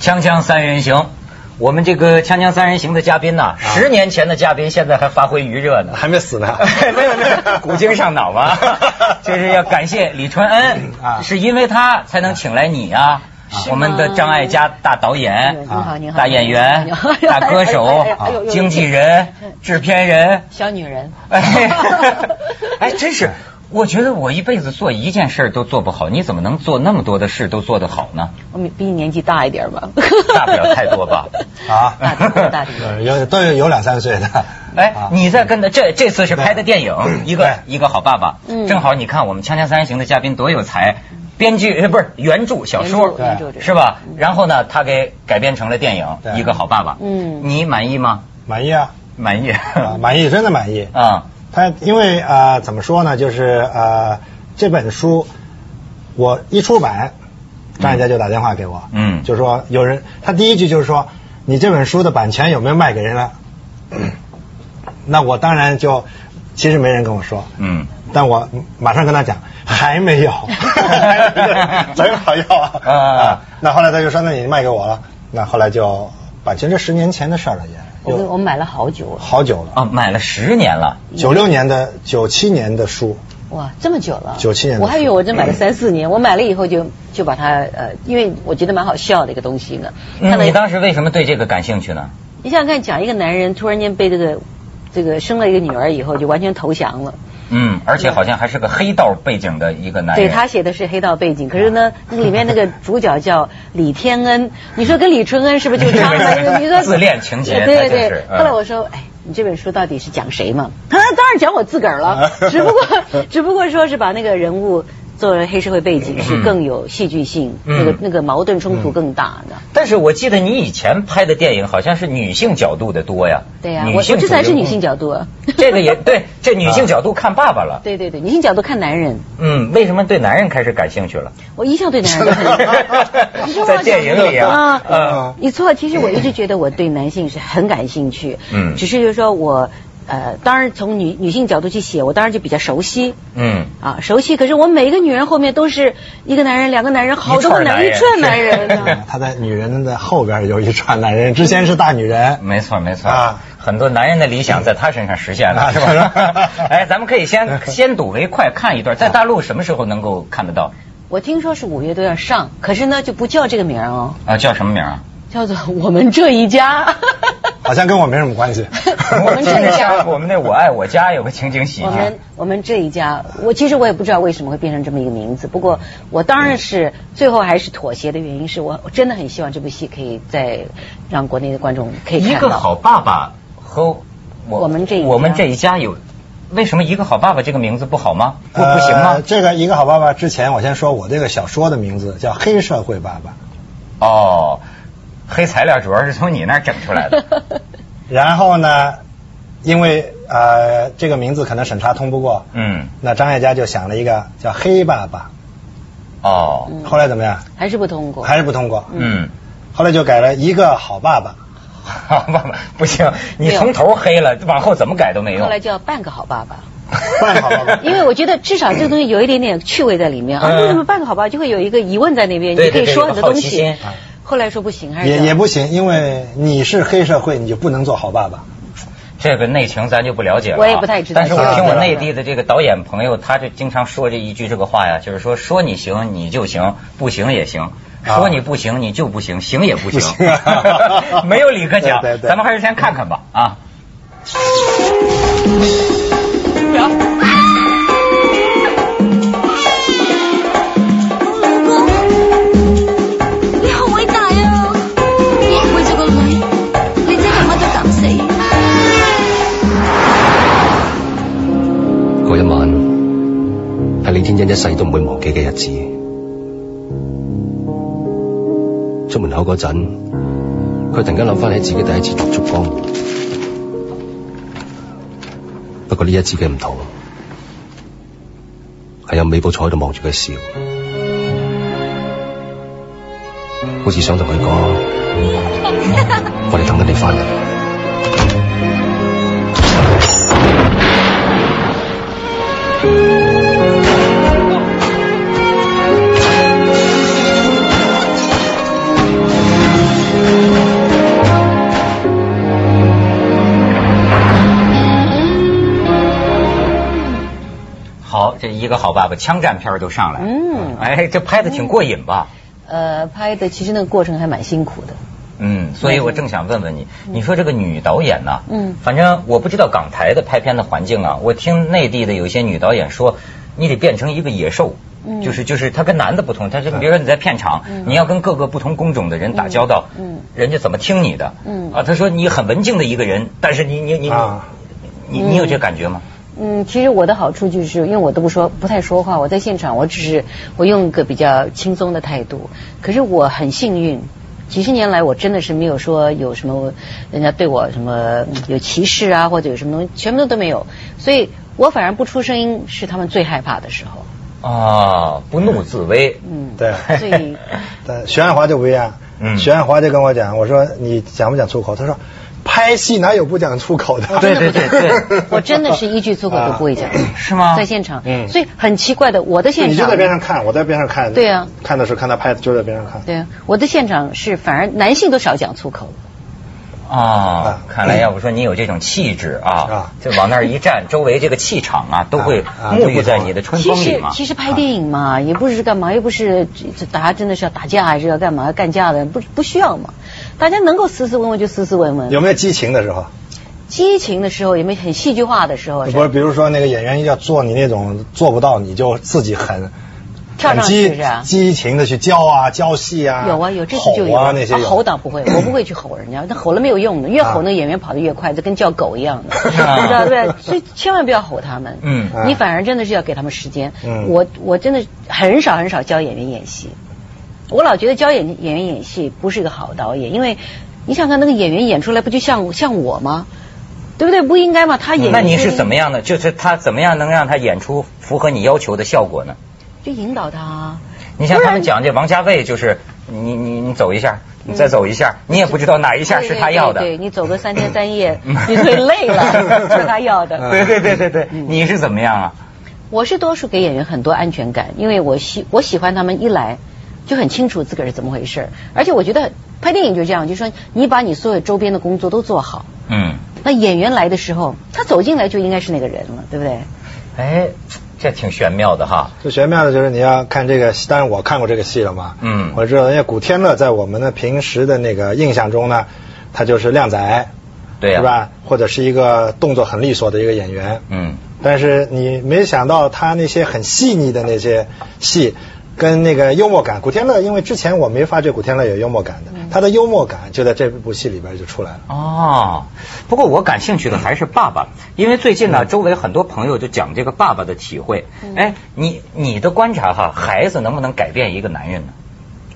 锵锵三人行，我们这个锵锵三人行的嘉宾呐、十年前的嘉宾现在还发挥余热呢。，还没死呢 没有没有，古今上脑 嘛，就是要感谢李淳恩啊是因为他才能请来你啊，我们的张艾嘉大导你演、哎好，哎你好，啊大演 员你好、大歌手啊哎呦哎呦哎呦哎呦、呦经纪人、制片 人， 小女人，哎，哎，真是，我觉得我一辈子做一件事儿都做不好，你怎么能做那么多的事都做得好呢？我比你年纪大一点吧， 大不了太多吧啊大得多大得 多。呃有都有有两三岁的。哎啊，嗯你在跟他这这次是拍的电影《一个对一个好爸爸》，嗯正好你看我们《锵锵三人行》的嘉宾多有才，编剧呃不是原著小说原著原著是吧？然后呢，他给改编成了电影对《一个好爸爸》，嗯你满意吗？满意啊，满意啊满意，真的满意。 啊，他因为呃，怎么说呢，就是呃，这本书我一出版，张艾嘉就打电话给我，嗯就说有人，他第一句就是说，你这本书的版权有没有卖给人了？ 那我当然就，其实没人跟我说，嗯，但我马上跟他讲，还 没有，咱好要啊啊啊。那后来他就说，那你卖给我了，那后来就版权，这十年前的事儿了也， 我有跟我买了好久，好久了，啊，买了十年了，九六年的九七年的书，哇，这么久了， 97年的我还以为我这买了三四年，我买了以后就就把它呃，因为我觉得蛮好笑的一个东西呢。嗯你当时为什么对这个感兴趣呢？你想想看，讲一个男人突然间被这个这个生了一个女儿以后，就完全投降了。嗯，而且好像还是个黑道背景的一个男人。对他写的是黑道背景，可 是呢，那里面那个主角叫李天恩，你说跟李春恩是不是就差 了？你说自恋情节对他就对是对。嗯后来我说，哎，你这本书到底是讲谁嘛？他说当然讲我自个 儿了，只不过只不过说是把那个人物作为黑社会背景是更有戏剧性，嗯那个那个矛盾冲突更大的。但是我记得你以前拍的电影好像是女性角度的多呀。对呀，女我我性这才是女性角角度 啊。度。 这个也对，这女性角度看爸爸了。对对对，女性角度看男人，嗯，为什么对男人开始感兴趣了？我一向对男人都 很 你知道吗在电影里啊啊，你错，其实我一直觉得我对男性是很感兴趣，嗯只是就是说我呃，当然从女女性角度去写，我当然就比较熟悉。嗯，啊，熟悉。可是我每一个女人后面都是一个男人、两个男人、好多个男人、一一串串男男人人啊呢。他在女人的后边有一串男人，之前是大女人，没错没错啊很多男人的理想在他身上实现了，啊是吧？是吧 哎，咱们可以先先睹为快看一段，在大陆什么时候能够看得到？ 我听说是五月都要上，可是呢就不叫这个名儿哦，啊，叫什么名啊？叫做我们这一家。 好像跟我没什么 关系。我们这一家我们那我爱我家有个情景喜剧我。们我们这一家，我其实我也不知道为什么会变成这么一个名字。不过我当然是最后还是妥协的原因是我我真的很希望这部戏可以再让国内的观众可以一看个到。好爸爸和我我们这一家我们这一家有，为什么一个好爸爸这个名字不好吗？不不行呃吗？这个一个好爸爸之前，我先说我这个小说的名字叫《黑社会爸爸》，哦，黑材料主要是从你那儿整出来 的。然后呢，因为呃这个名字可能审查通不过，嗯，那张艾嘉就想了一个叫《黑爸爸哦，》，后来怎么样？嗯还是不通过。还是不通过，嗯，后来就改了一个好爸爸，好爸爸 不行，你从头黑了，往后怎么改都没用 后。来叫半个好爸爸。换好爸爸。 因为我觉得至少这个东西有一点点趣味在里面啊，嗯为什么办个好吧，就会有一个疑问在那边，对你可以对对说很多东有个好奇心西。啊后来说不行，还是哎也这也样不行，因为你是黑社会，你就不能做好爸爸。这个内情咱就不了解了啊，我也不太知道但是我啊听我对啊内地的这个导演朋友，他就经常说这一句这个话呀，就是说说你行你就行，不行也行。啊说你不行你就不行，行也不行，不行 啊没有理可讲。 对对对咱们还是先看看吧啊。老公，你好偉大啊！你為咗個女，你真係乜都敢死。嗰一晚係李天恩一世都唔會忘記嘅日子。出門口嗰陣，佢突然間諗翻起自己第一次踏足江湖。不過呢一次嘅唔同，係有美寶坐喺度望住佢笑，好似想同佢講：我哋等緊你翻嚟。我一个好爸爸》枪战片儿都上来，嗯哎，这拍的挺过瘾吧？呃，拍的其实那个过程还蛮辛苦的。嗯，所以我正想问问你，你说这个女导演呢、嗯反正我不知道港台的拍片的环境啊，我听内地的有一些女导演说，你得变成一个野兽。嗯就是就是，她跟男的不同，她是比如说你在片场，嗯你要跟各个不同工种的人打交道，嗯嗯人家怎么听你的？嗯啊，她说你很文静的一个人，但是你你你、啊你你有嗯这感觉吗？嗯，其实我的好处就是，因为我都不说不太说话，我在现场我只是我用一个比较轻松的态度。可是我很幸运，几十年来我真的是没有说有什么人家对我什么嗯有歧视啊，或者有什么东西，全部都没有。所以我反而不出声音是他们最害怕的时候。啊，不怒自威。嗯，对 所以但徐爱华就不一样，嗯徐爱华就跟我讲，我说你讲不讲粗口？他说拍戏哪有不讲粗口的？对对对 对我真的是一句粗口啊都不会讲，是吗在现场，嗯所以很奇怪的，我的现你就场在边上看，我在边上看。对啊看的时候看他拍，就在边上看。对啊，我的现场是反而男性都少讲粗口。啊啊，看来要不说你有这种气质啊啊，这往那儿一站，周围这个气场啊，都会啊啊沐浴在你的春其风里实嘛。其实拍电影啊嘛，也不是干嘛，又不是这大家真的是要打架啊还是要干嘛干架的，不不需要嘛。大家能够斯斯文文就斯斯文文，有没有激情的时候？激情的时候有没有很戏剧化的时候？不是，比如说那个演员要做你那种做不到，你就自己很跳上很去是不是啊激激情的去教啊、教戏啊，有啊有，这次就有吼啊那些有。吼倒不会，我不会去吼人家，那吼了没有用的，越啊吼那个演员跑得越快，就跟叫狗一 样的，知道对？所以千万不要吼他们，嗯你反而真的是要给他们时间。嗯我我真的很少很少教演员演戏，我老觉得教演演员演戏不是一个好导演，因为你想看那个演员演出来不就像像我吗？对不对？不应该吗？他演嗯那你是怎么样的？就是他怎么样能让他演出符合你要求的效果呢？就引导他啊？你像他们讲这王家卫，就是你你你走一下，你再走一下，你也不知道哪一下是他要的。嗯对对对你走个三天 三夜，你会累了，是他要的。嗯对对对对对，你是怎么样啊？我是多数给演员很多安全感，因为我喜我喜欢他们一来就很清楚自个儿是怎么回事儿，而且我觉得拍电影就这样，就是说你把你所有周边的工作都做好，嗯，那演员来的时候，他走进来就应该是那个人了，对不对？哎，这挺玄妙的哈。最玄妙的就是你要看这个戏，当然我看过这个戏了嘛，嗯我知道，因为古天乐在我们的平时的那个印象中呢，他就是靓仔，对呀是吧？或者是一个动作很利索的一个演员，嗯，但是你没想到他那些很细腻的那些戏。跟那个幽默感，古天乐，因为之前我没发觉古天乐有幽默感的，嗯他的幽默感就在这部戏里边就出来了。哦，不过我感兴趣的还是爸爸，因为最近嗯呢，周围很多朋友就讲这个爸爸的体会。哎，你你的观察哈，孩子能不能改变一个男人呢？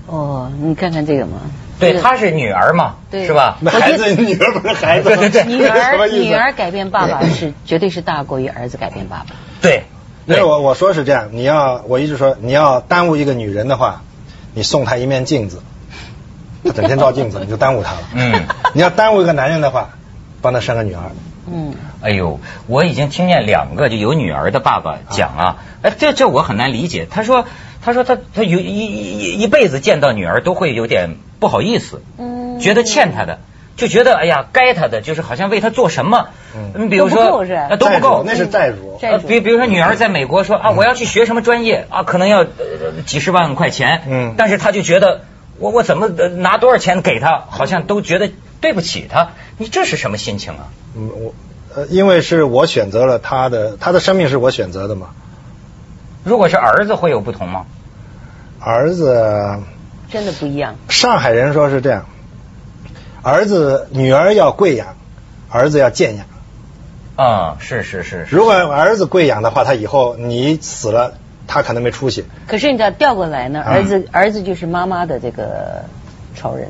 哦，你看看这个嘛，这对，个她是女儿嘛，对是吧？那我孩觉得子，女儿不是孩子吗，对对对 女什么儿意思女儿改变爸爸是绝对是大过于儿子改变爸爸。对，因对为，我我说是这样，你要我一直说，你要耽误一个女人的话，你送她一面镜子，她整天照镜子， 你就耽误她了。嗯你要耽误一个男人的话，帮他生个女儿。嗯，哎呦，我已经听见两个就有女儿的爸爸讲啊，嗯哎，这这我很难理解。他说，他说他他有一一一一辈子见到女儿都会有点不好意思，嗯觉得欠她的。就觉得哎呀，该她的就是好像为她做什么，嗯嗯，比如都不够说是呃都不够，那是债主。债呃，主比比如说女儿在美国说啊，我要去学什么专业啊，可能要呃几十万块钱，嗯但是他就觉得我我怎么呃拿多少钱给他，好像都觉得对不起他，你这是什么心情啊？嗯，我呃，因为是我选择了他的，他的生命是我选择的嘛。如果是儿子会有不同吗？儿子，真的不一样。上海人说是这样，儿子女儿要贵养，儿子要贱养。啊、是是是是，如果儿子贵养的话，他以后你死了，他可能没出息。可是你知道调过来呢，嗯儿子、儿子就是妈妈的这个仇人，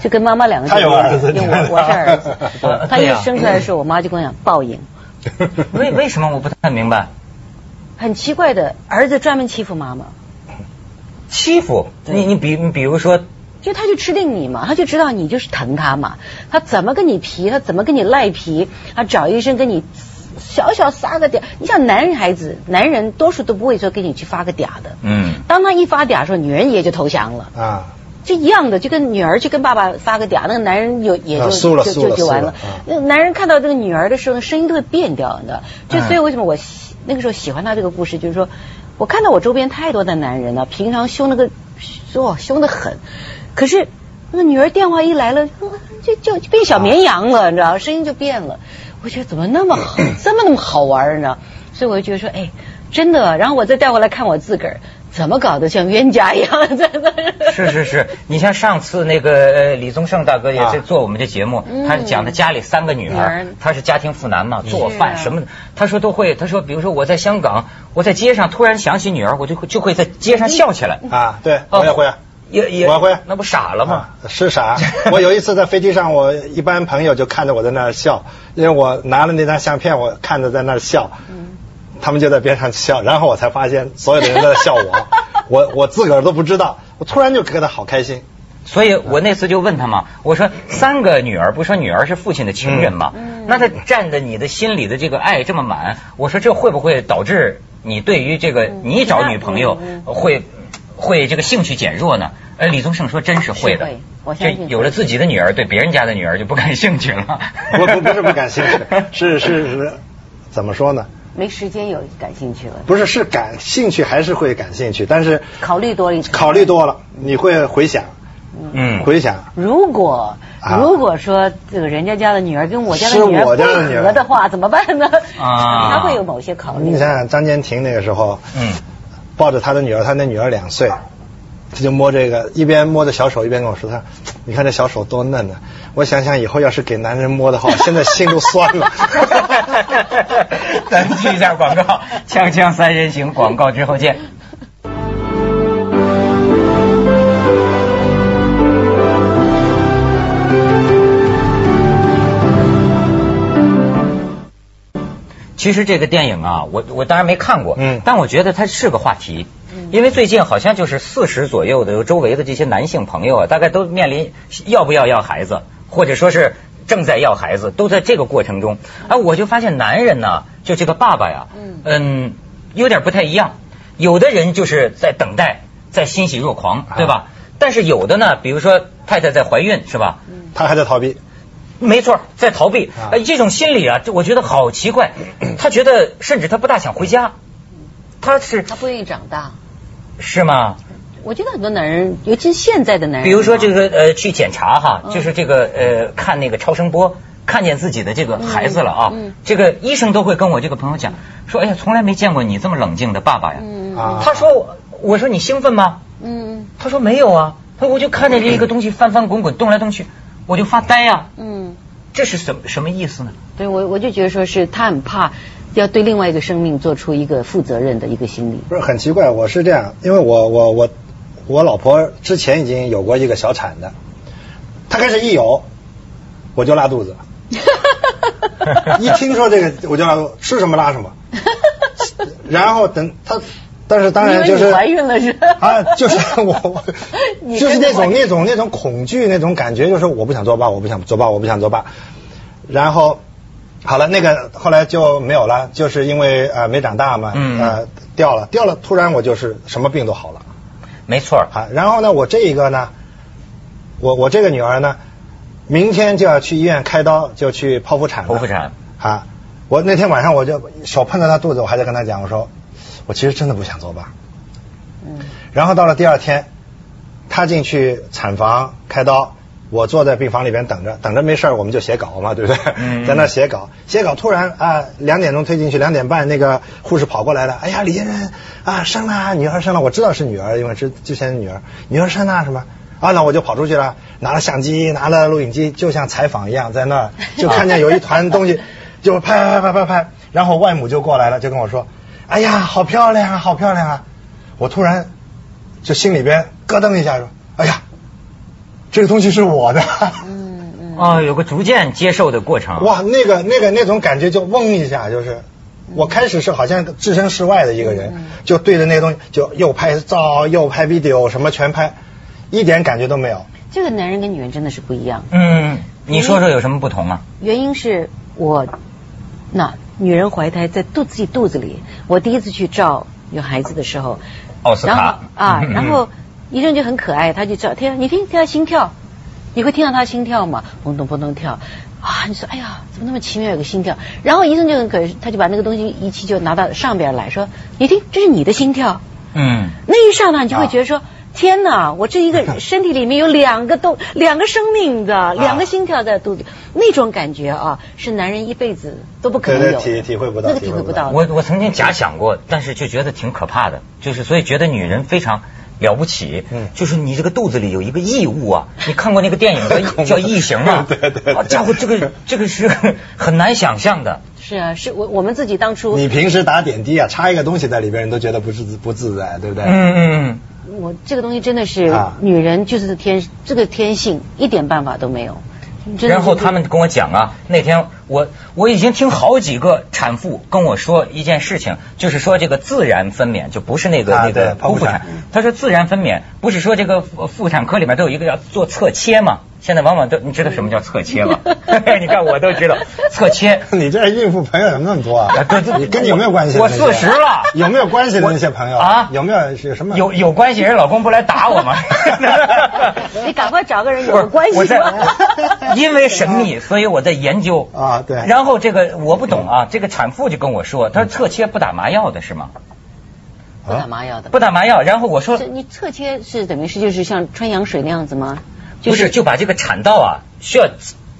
就跟妈妈两个他有儿子因为你看我我是儿子啊， 他对一呀生出来的时候，我妈就跟我讲报应，为为什么我不太明白？很奇怪的，儿子专门欺负妈妈，欺负对你你比你比如说就他就吃定你嘛，他就知道你就是疼他嘛，他怎么跟你皮，他怎么跟你赖皮，他找医生跟你小小撒个嗲，你像男孩子，男人多数都不会说跟你去发个嗲的，嗯当他一发嗲的时候，女人也就投降了。 啊，就一样的，就跟女儿去跟爸爸发个嗲，那个男人有也就、啊输了就输了就就完了输了啊。那个男人看到这个女儿的时候，声音都会变掉，你知道？就嗯啊所以为什么我喜那个时候喜欢他这个故事，就是说我看到我周边太多的男人了，平常凶那个，哇，凶的很，可是那个女儿电话一来了， 哇就就就变小绵羊了，你知道，声音就变了。我觉得怎么那么 好，这么那么好玩呢？所以我就觉得说，哎，真的。然后我再带回来看我自个儿，怎么搞得像冤家一样？ 真的 是是是，你像上次那个呃李宗盛大哥也是啊做我们的节目，嗯他讲他家里三个女女儿儿，他是家庭妇男嘛，做饭是啊什么的，他说都会。他说，比如说我在香港，我在街上突然想起女儿，我就会就会在街上笑起嗯来。哦啊，对，哦我也会啊。也也我会那不傻了吗？啊是 傻。我有一次在飞机上，我一般朋友就看着我在那儿笑，因为我拿了那张相片，我看着在那儿笑，嗯他们就在边上笑，然后我才发现所有的人都在笑 我，我我自个儿都不知道，我突然就觉得好开心。所以我那次就问他嘛，我说三个女儿，不说女儿是父亲的情人嘛，嗯那他占着你的心里的这个爱这么满，我说这会不会导致你对于这个你找女朋友嗯会会这个兴趣减弱呢？呃，李宗盛说真是会的是会我，相这信会有了自己的女儿，对别人家的女儿就不感兴趣了。不不不是不感兴趣， 是是是，怎么说呢？没时间有感兴趣了，不是是感兴趣还是会感兴趣，但是考虑多了一层考虑多了，你会回想，嗯，回想。如果、啊如果说这个人家家的女儿跟我家的女是儿我家的女儿不合的话，怎么办呢？啊他会有某些考虑你。想想张坚庭那个时候，嗯，抱着他的女儿，他那女儿两岁，他就摸这个，一边摸着小手，一边跟我说：“他，你看这小手多嫩啊！我想想以后要是给男人摸的话，现在心都酸了。 咱们去一下广告，锵锵三人行广告之后见。其实这个电影啊，我我当然没看过，嗯但我觉得它是个话题，因为最近好像就是四十左右的周围的这些男性朋友啊，大概都面临要不要要孩子，或者说是正在要孩子，都在这个过程中。哎，我就发现男人呢、就这个爸爸呀，嗯，有点不太一样。有的人就是在等待，在欣喜若狂，对吧？但是有的呢，比如说太太在怀孕，是吧？ 他还在逃避，没错，在逃避。啊哎、这种心理啊，这我觉得好奇怪。他觉得，甚至他不大想回家。他是他不愿意长大。是吗？我觉得很多男人，尤其现在的男人，比如说这个呃，去检查哈，嗯就是这个呃，看那个超声波，看见自己的这个孩子了啊。嗯嗯这个医生都会跟我这个朋友讲，说哎呀，从来没见过你这么冷静的爸爸呀。嗯，啊他说我，我说你兴奋吗？嗯他说没有啊。他说我就看着这一个东西翻翻滚滚动来动去，我就发呆啊。嗯，这是什么什么意思呢？对我我就觉得说是他很怕要对另外一个生命做出一个负责任的一个 心理。不是很奇怪。我是这样，因为我我我我老婆之前已经有过一个小产的，她开始一有，我就拉肚子。 嗯一听说这个我就拉肚子，吃什么拉什么。然后等她，但是当然就因为是你怀孕了是吧啊，就是 我我你就是那真的怀种孕那种那种恐惧那种感觉，就是我不想做爸，我不想做爸，我不想做爸。然后好了，那个后来就没有了，就是因为呃没长大嘛，嗯呃掉了掉了，突然我就是什么病都好了。没错儿，啊，然后呢，我这一个呢，我我这个女儿呢，明天就要去医院开刀，就去剖腹产了。剖腹产啊！我那天晚上我就手碰到她肚子，我还在跟她讲，我说我其实真的不想做吧。嗯，然后到了第二天，她进去产房开刀，我坐在病房里边等着，等着没事儿我们就写稿嘛，对不对？嗯在那写稿，写稿突然啊两点钟推进去，两点半那个护士跑过来了，哎呀李先生啊生了女儿生了，我知道是女儿，因为之之前是女儿，女儿生了什么？啊，那我就跑出去了，拿了相机，拿了录影机，就像采访一样，在那儿就看见有一团东西，就拍拍拍拍拍，然后外母就过来了，就跟我说，哎呀，好漂亮啊，好漂亮啊！我突然就心里边咯噔一下，说，哎呀，这个东西是我的。嗯嗯啊，有个逐渐接受的过程。哇，那个那个那种感觉就嗡一下，就是我开始是好像置身事外的一个嗯人，就对着那个东西就又拍照又拍 video 什么全拍，一点感觉都没有。这个男人跟女人真的是不一样。嗯，你说说有什么不同啊？原因是我那女人怀胎在肚自己肚子里，我第一次去照有孩子的时候，奥斯卡然后哦啊，嗯然后医生就很可爱，他就照，听你听听他心跳，你会听到他心跳吗？砰咚砰咚跳。啊，你说哎呀，怎么那么奇妙有个心跳？然后医生就很可，他就把那个东西仪器就拿到上边来说，你听，这是你的心跳。嗯，那一刹那，你啊就会觉得说。天哪！我这一 个身体里面有两个动，两个生命啊的，两个心跳在肚子里，那种感觉啊，是男人一辈子都不可能对有对的体体会不到那个体体会会不不到到的。啊我我曾经假想过，但是就觉得挺可怕的，就是所以觉得女人非常了不起，嗯就是你这个肚子里有一个异物啊，你看过那个电 影叫叫异形吗？对对对好家伙，这个这个是 很难想象的。是啊，是我我们自己当初你平时打点滴啊，插一个东西在里边，你都觉得不自不自在，对不对？嗯嗯我这个东西真的是、啊女人就是天这个天性，一点办法都没有。真的然后就是他们跟我讲啊，那天我我已经听好几个产妇跟我说一件事情，就是说这个自然分娩就不是那个、啊那个对剖腹剖腹产产，他说自然分娩不是说这个妇妇产科里面都有一个叫做侧切吗？现在往往都你知道什么叫侧切 吗？你看我都知道侧切。 你这孕妇朋友怎么那么多啊啊对对？你跟你有没有关系的我那些？ 40了有没有关系的我那些朋友啊有没有有什么？有有关系，人老公不来打我吗？ 你赶快找个人不是有关我系在。吧因为神秘，所以我在研究啊对然后这个我不懂啊，这个产妇就跟我说，她说侧切不打麻药的是吗？不打麻药的，不打麻药，然后我说是你侧切是等于是就是像穿羊水那样子吗？不是，就把这个产道啊需要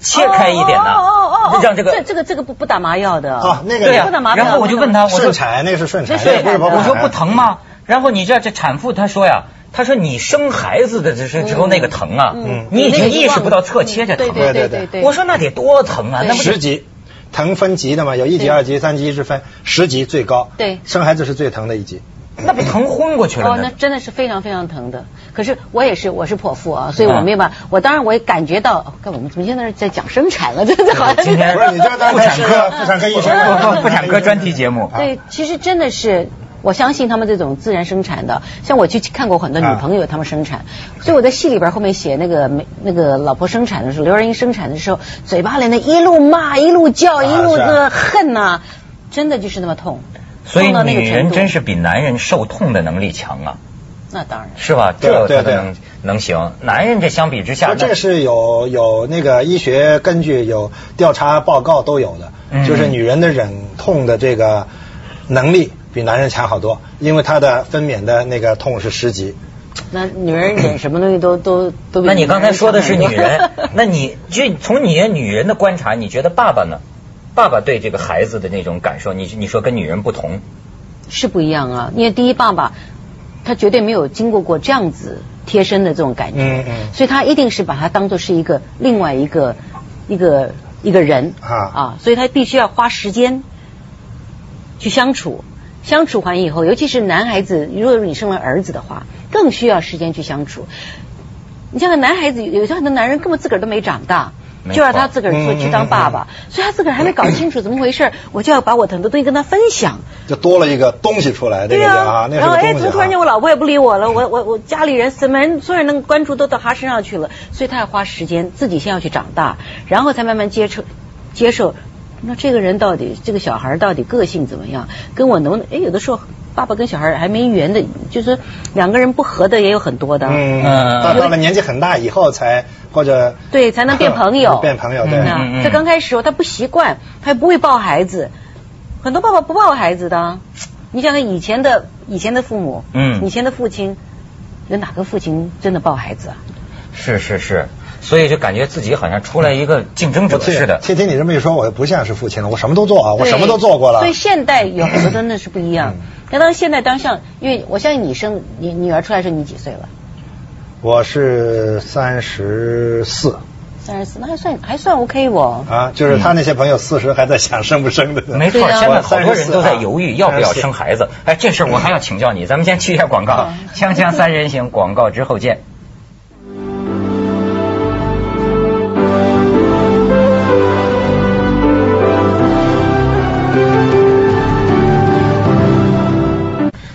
切开一点的，哦哦哦哦哦让这这个这个这个不不打麻药的啊那个对呀呀、不打麻药。然后我就问他，啊我说顺产那个是顺产，这那顺个对，产不是剖腹我产说不疼吗？然后你知道这产妇她说呀，她说你生孩子的这是之后那个疼啊，嗯你已经意识不到侧切这疼对了。对对对对对对。我说那得多疼啊，对那不十是级，疼分级的嘛，有一级、对二级、三级之分，十级最高。对生孩子是最疼的一级。那不疼昏过去了哦，呢那？真的是非常非常疼的。可是我也是，我是剖腹啊，所以我啊没有办法。我当然我也感觉到，哦看我们怎么现在在讲生产了，真的好像今天不是你这当妇然产是科妇产科医生不不不妇产科专题节目。对，其实真的是。我相信他们这种自然生产的，像我去看过很多啊女朋友她们生产，所以我在戏里边后面写那个美那个老婆生产的时候，刘若英生产的时候，嘴巴里那一路骂一路叫啊一路是啊的恨呐、真的就是那么痛，啊所以痛到那个女程人度真是比男人受痛的能力强啊，那当然是吧？对这对才对能能行。男人这相比之下，说这个是有有那个医学根据、有调查报告都有的，嗯就是女人的忍痛的这个能力比男人强好多，因为她的分娩的那个痛是十级。那女人忍什么东西都都都比那你刚才说的是女强很人多 ，那你就从你女人的观察，你觉得爸爸呢？爸爸对这个孩子的那种感受，你你说跟女人不同， 是不一样啊，因为第一爸爸他绝对没有经过过这样子贴身的这种感觉，嗯嗯所以他一定是把他当做是一个另外一个一个一个人啊所以他必须要花时间去相处。相处完以后，尤其是男孩子，如果你生了儿子的话，更需要时间去相处。你像个男孩子，有些很多男人根本自个儿都没长大没，错就让他自个儿说去当爸爸，所以他自个儿还没搞清楚怎么回事儿，我就要把我很多东西跟他分享。就多了一个东西出来，这对个呀、叫啊，那是然后个哎，东怎西么啊。突然间我老婆也不理我了？我我我家里人什么人所有人能关注都到他身上去了，所以他要花时间自己先要去长大，然后才慢慢接触接受。那这个人到底，这个小孩到底个性怎么样？跟我能不能？哎，有的时候爸爸跟小孩还没缘的，就是两个人不合的也有很多的。嗯，嗯到到了年纪很大以后才或者对，才能变朋友。 变朋友对。嗯啊他刚开始哦他不习惯，他不会抱孩子，很多爸爸不抱孩子的啊。你想想以前的以前的父母，嗯以前的父亲，有哪个父亲真的抱孩子啊？是是是，所以就感觉自己好像出来一个竞争 我者似的。听听你这么一说，我就不像是父亲了，我什么都做啊，我什么都做过了所。以现代有很多真的是不一样嗯。那当然现在当像，因为我相信你生你女儿出来的时候你几岁了？我是三十四三十四，那还算还算 OK 我。啊，就是他那些朋友四十还在想生不生的呢。没错，对啊现在好多人都在犹豫要不要生孩孩子。哎，这事儿我还要请教你，咱们先去一下广告好，锵锵三人行广告之后见。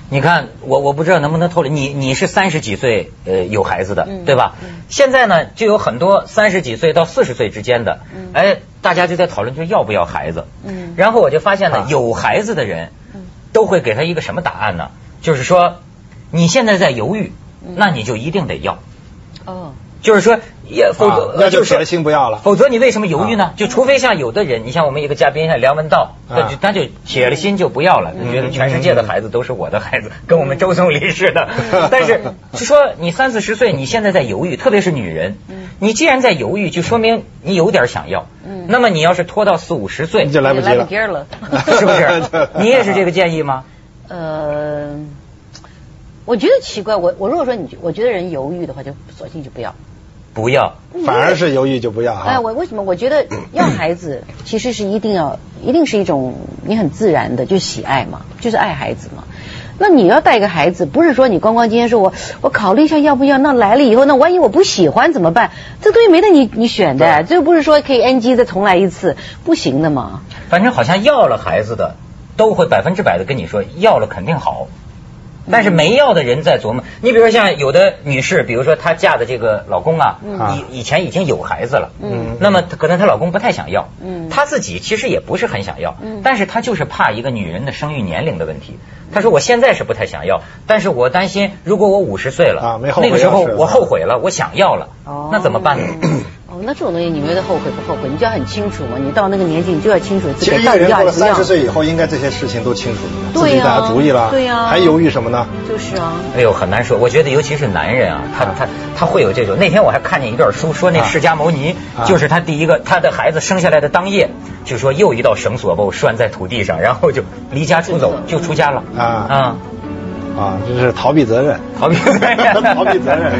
你看，我我不知道能不能透露，你你是三十几岁呃有孩子的，嗯对吧？现在呢，就有很多三十几岁到四十岁之间的，嗯哎，大家就在讨论说要不要孩子。嗯然后我就发现呢啊，有孩子的人嗯都会给他一个什么答案呢？就是说，你现在在犹豫，嗯那你就一定得要。哦，就是说也否啊则、那就呃铁了心不要了否则你为什么犹豫呢？就除非像有的人，你像我们一个嘉宾像梁文道，啊嗯他就他就铁了心就不要了，就觉得全世界的孩子都是我的孩子，跟我们周总理似的。 但是就说你三四十岁，你现在在犹豫，特别是女人，嗯你既然在犹豫，就说明你有点想要。那么你要是拖到四五十岁，你就来不及嗯来了不 及了是不是？ 你也是这个建议吗？呃，我觉得奇怪，我我如果说你，我觉得人犹豫的话，就索性就不要。不要，反而是犹豫就不要哎，哈。我为什么？我觉得要孩 子其实是一定要，一定是一种你很自然的就喜爱嘛，就是爱孩子嘛。那你要带一个孩子，不是说你光光今天说我我考虑一下要不要，那来了以后，那万一我不喜欢怎么办？这东西没得你你选的，这又不是说可以 NG 再重来一次，不行的嘛。反正好像要了孩子的都会百分之百的跟你说要了肯定好，但是没要的人在琢磨。你比如说像有的女士，比如说她嫁的这个老公啊，嗯以以前已经有孩子了，嗯那么可能她老公不太想要，嗯她自己其实也不是很想要嗯，但是她就是怕一个女人的生育年龄的问题。她说我现在是不太想要，但是我担心如果我五十岁啊了，没后悔那个时候药吃了我后悔了，我想要了，哦那怎么办呢？哦，那这种东西你觉得后悔不后悔？你就要很清楚嘛，你到那个年纪你就要清楚其自实己一到个底人要过不了要。三十岁以后，应该这些事情都清楚了，自对己呀打主意了，对啊呀还犹豫什么呢？就是啊。哎呦，很难说。我觉得尤其是男人啊，他他他会有这种。那天我还看见一段书，说那啊释迦牟尼、啊就是他第一个，他的孩子生下来的当夜，就说又一道绳索把我拴在土地上，然后就离家出走，就出家了。啊啊，啊，这是逃避责任， 逃避逃避责任。